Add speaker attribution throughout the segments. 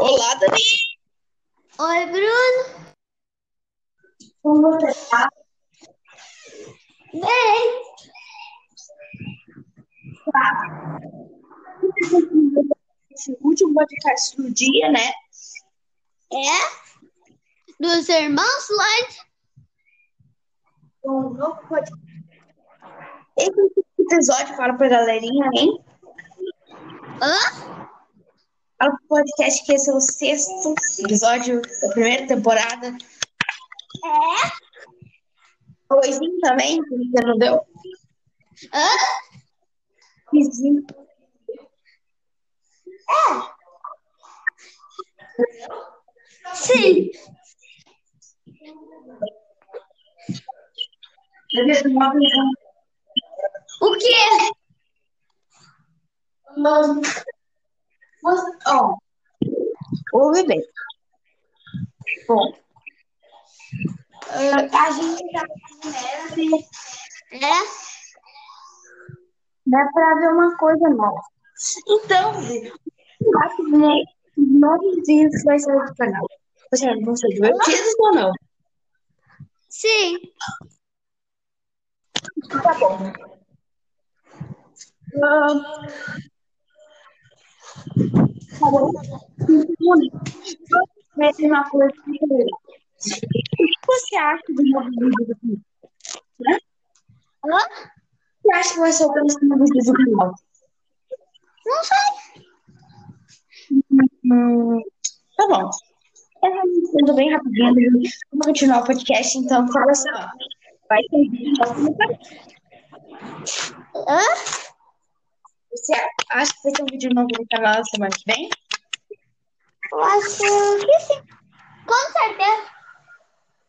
Speaker 1: Olá, Dani.
Speaker 2: Oi, Bruno.
Speaker 3: Como você tá? está?
Speaker 2: Bem.
Speaker 3: Tá. Esse último podcast do dia, né?
Speaker 2: É? Dos irmãos Lloyd.
Speaker 3: Um novo podcast. Esse episódio fala pra galerinha, hein?
Speaker 2: Hã?
Speaker 3: É um podcast que esse é o sexto episódio da primeira temporada.
Speaker 2: É?
Speaker 3: Oizinho também, que você não deu.
Speaker 2: Hã?
Speaker 3: Oizinho.
Speaker 2: É. Sim. O quê?
Speaker 3: Ó, ouve bem. Bom, eh, a né? gente tá
Speaker 2: É?
Speaker 3: Dá pra ver uma coisa nova. Então, eu acho que novos vídeos vai sair do canal. é Ou seja, vão ser divertidos ou não?
Speaker 2: Sim.
Speaker 3: Tá bom. Ah, tá bom. Então, vai ser uma coisa muito legal. O que você acha do novo vídeo do canal?
Speaker 2: Hã?
Speaker 3: O que você acha que vai ser o próximo vídeo do canal?
Speaker 2: Não sei.
Speaker 3: Hum, tá bom. Eu tô sendo bem rapidinho. né? Vamos continuar o podcast, então fala assim, ó. Vai ter vídeo na próxima quarta.
Speaker 2: Hã?
Speaker 3: Você acha que vai ter um vídeo novo no canal na semana que vem?
Speaker 2: Eu acho que sim. Com certeza.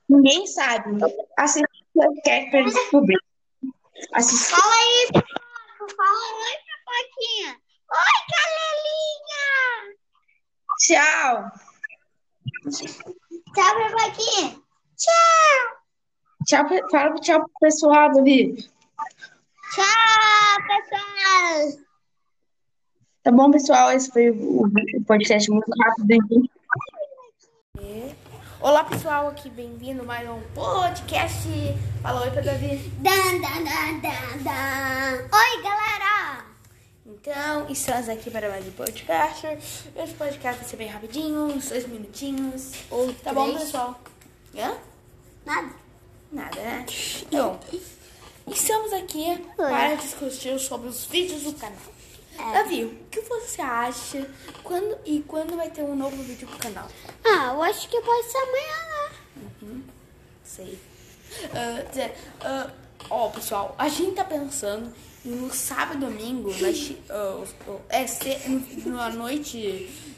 Speaker 3: Ninguém sabe. Assista o podcast pra descobrir. Assista.
Speaker 2: Fala aí, Pipoca. Fala oi, Pipoquinha. Oi,
Speaker 3: Tchau.
Speaker 2: Calelinha. Tchau, Pipoquinha. Tchau.
Speaker 3: Tchau. pe- Fala tchau pro pessoal, Davi.
Speaker 2: Tchau, pessoal.
Speaker 3: Tá bom, pessoal? Esse foi o o podcast muito rápido. Então.
Speaker 4: Olá pessoal, aqui bem-vindo a mais um podcast. Fala oi pra Davi.
Speaker 2: Dan, dan, dan, dan, dan. Oi, galera.
Speaker 4: Então, estamos aqui para mais um podcast. Esse podcast vai ser bem rapidinho, uns dois minutinhos.
Speaker 2: Ou
Speaker 4: tá bom,
Speaker 2: três.
Speaker 4: pessoal? Hã?
Speaker 2: Nada.
Speaker 4: Nada, né? Bom, estamos aqui para discutir sobre os vídeos do canal.
Speaker 2: É.
Speaker 4: Davi, o que você acha quando e quando vai ter um novo vídeo pro canal?
Speaker 2: Ah, eu acho que pode ser amanhã, né?
Speaker 4: Sei. Ah, Zé, ah, ó, pessoal, a gente tá pensando em no sábado e domingo, na chi- ah, os- o- é, se, no- na noite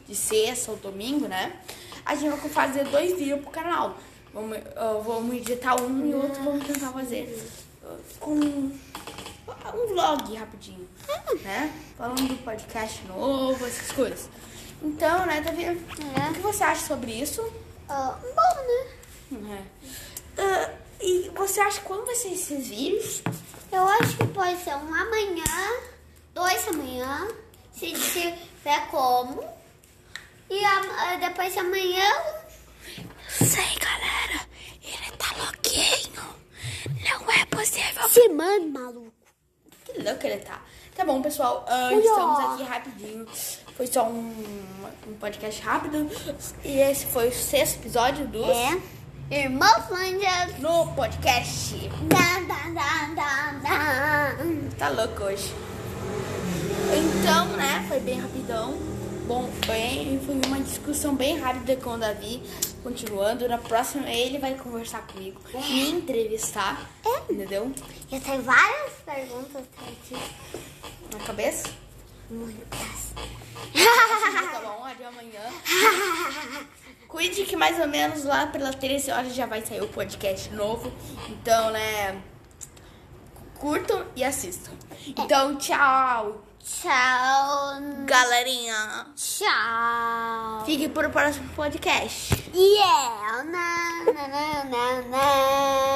Speaker 4: de sexta ou domingo, né? A gente vai fazer dois vídeos pro canal. Vamos, ah, vamos editar um e outro vamos tentar fazer ah, com um vlog rapidinho, né? Falando do podcast novo, essas coisas. Então, né, Davi, o que você acha sobre isso?
Speaker 2: É. Ah, bom, né?
Speaker 4: É. Ah, e você acha que quando vai ser esses vídeos?
Speaker 2: Eu acho que pode ser um amanhã, dois amanhã, se tiver como. E a- ah, depois de amanhã.
Speaker 4: Sei, galera. Ele tá louquinho. Não é possível.
Speaker 2: Semana, maluco.
Speaker 4: Que louco ele tá. Tá bom, pessoal. ah,
Speaker 2: Olha.
Speaker 4: estamos aqui rapidinho. Foi só um, um podcast rápido. E esse foi o sexto episódio do
Speaker 2: É. Irmão Flanders.
Speaker 4: No Podcast.
Speaker 2: Dan, dan, dan, dan, dan.
Speaker 4: Tá louco hoje. Então, né, foi bem rapidão. Bom, bem, foi uma discussão bem rápida com o Davi. Continuando, na próxima ele vai conversar comigo, me entrevistar, entendeu?
Speaker 2: Eu tenho várias perguntas tá pra ti.
Speaker 4: Na cabeça.
Speaker 2: Muitas.
Speaker 4: tá bom, a de amanhã. Cuide que mais ou menos lá pelas 13 horas já vai sair o podcast novo. Então, né, curtam e assistam. Então, tchau,
Speaker 2: Tchau.
Speaker 4: galerinha.
Speaker 2: Tchau. é,
Speaker 4: Fique para o próximo podcast.
Speaker 2: Yeah. Não, não, não, não, não.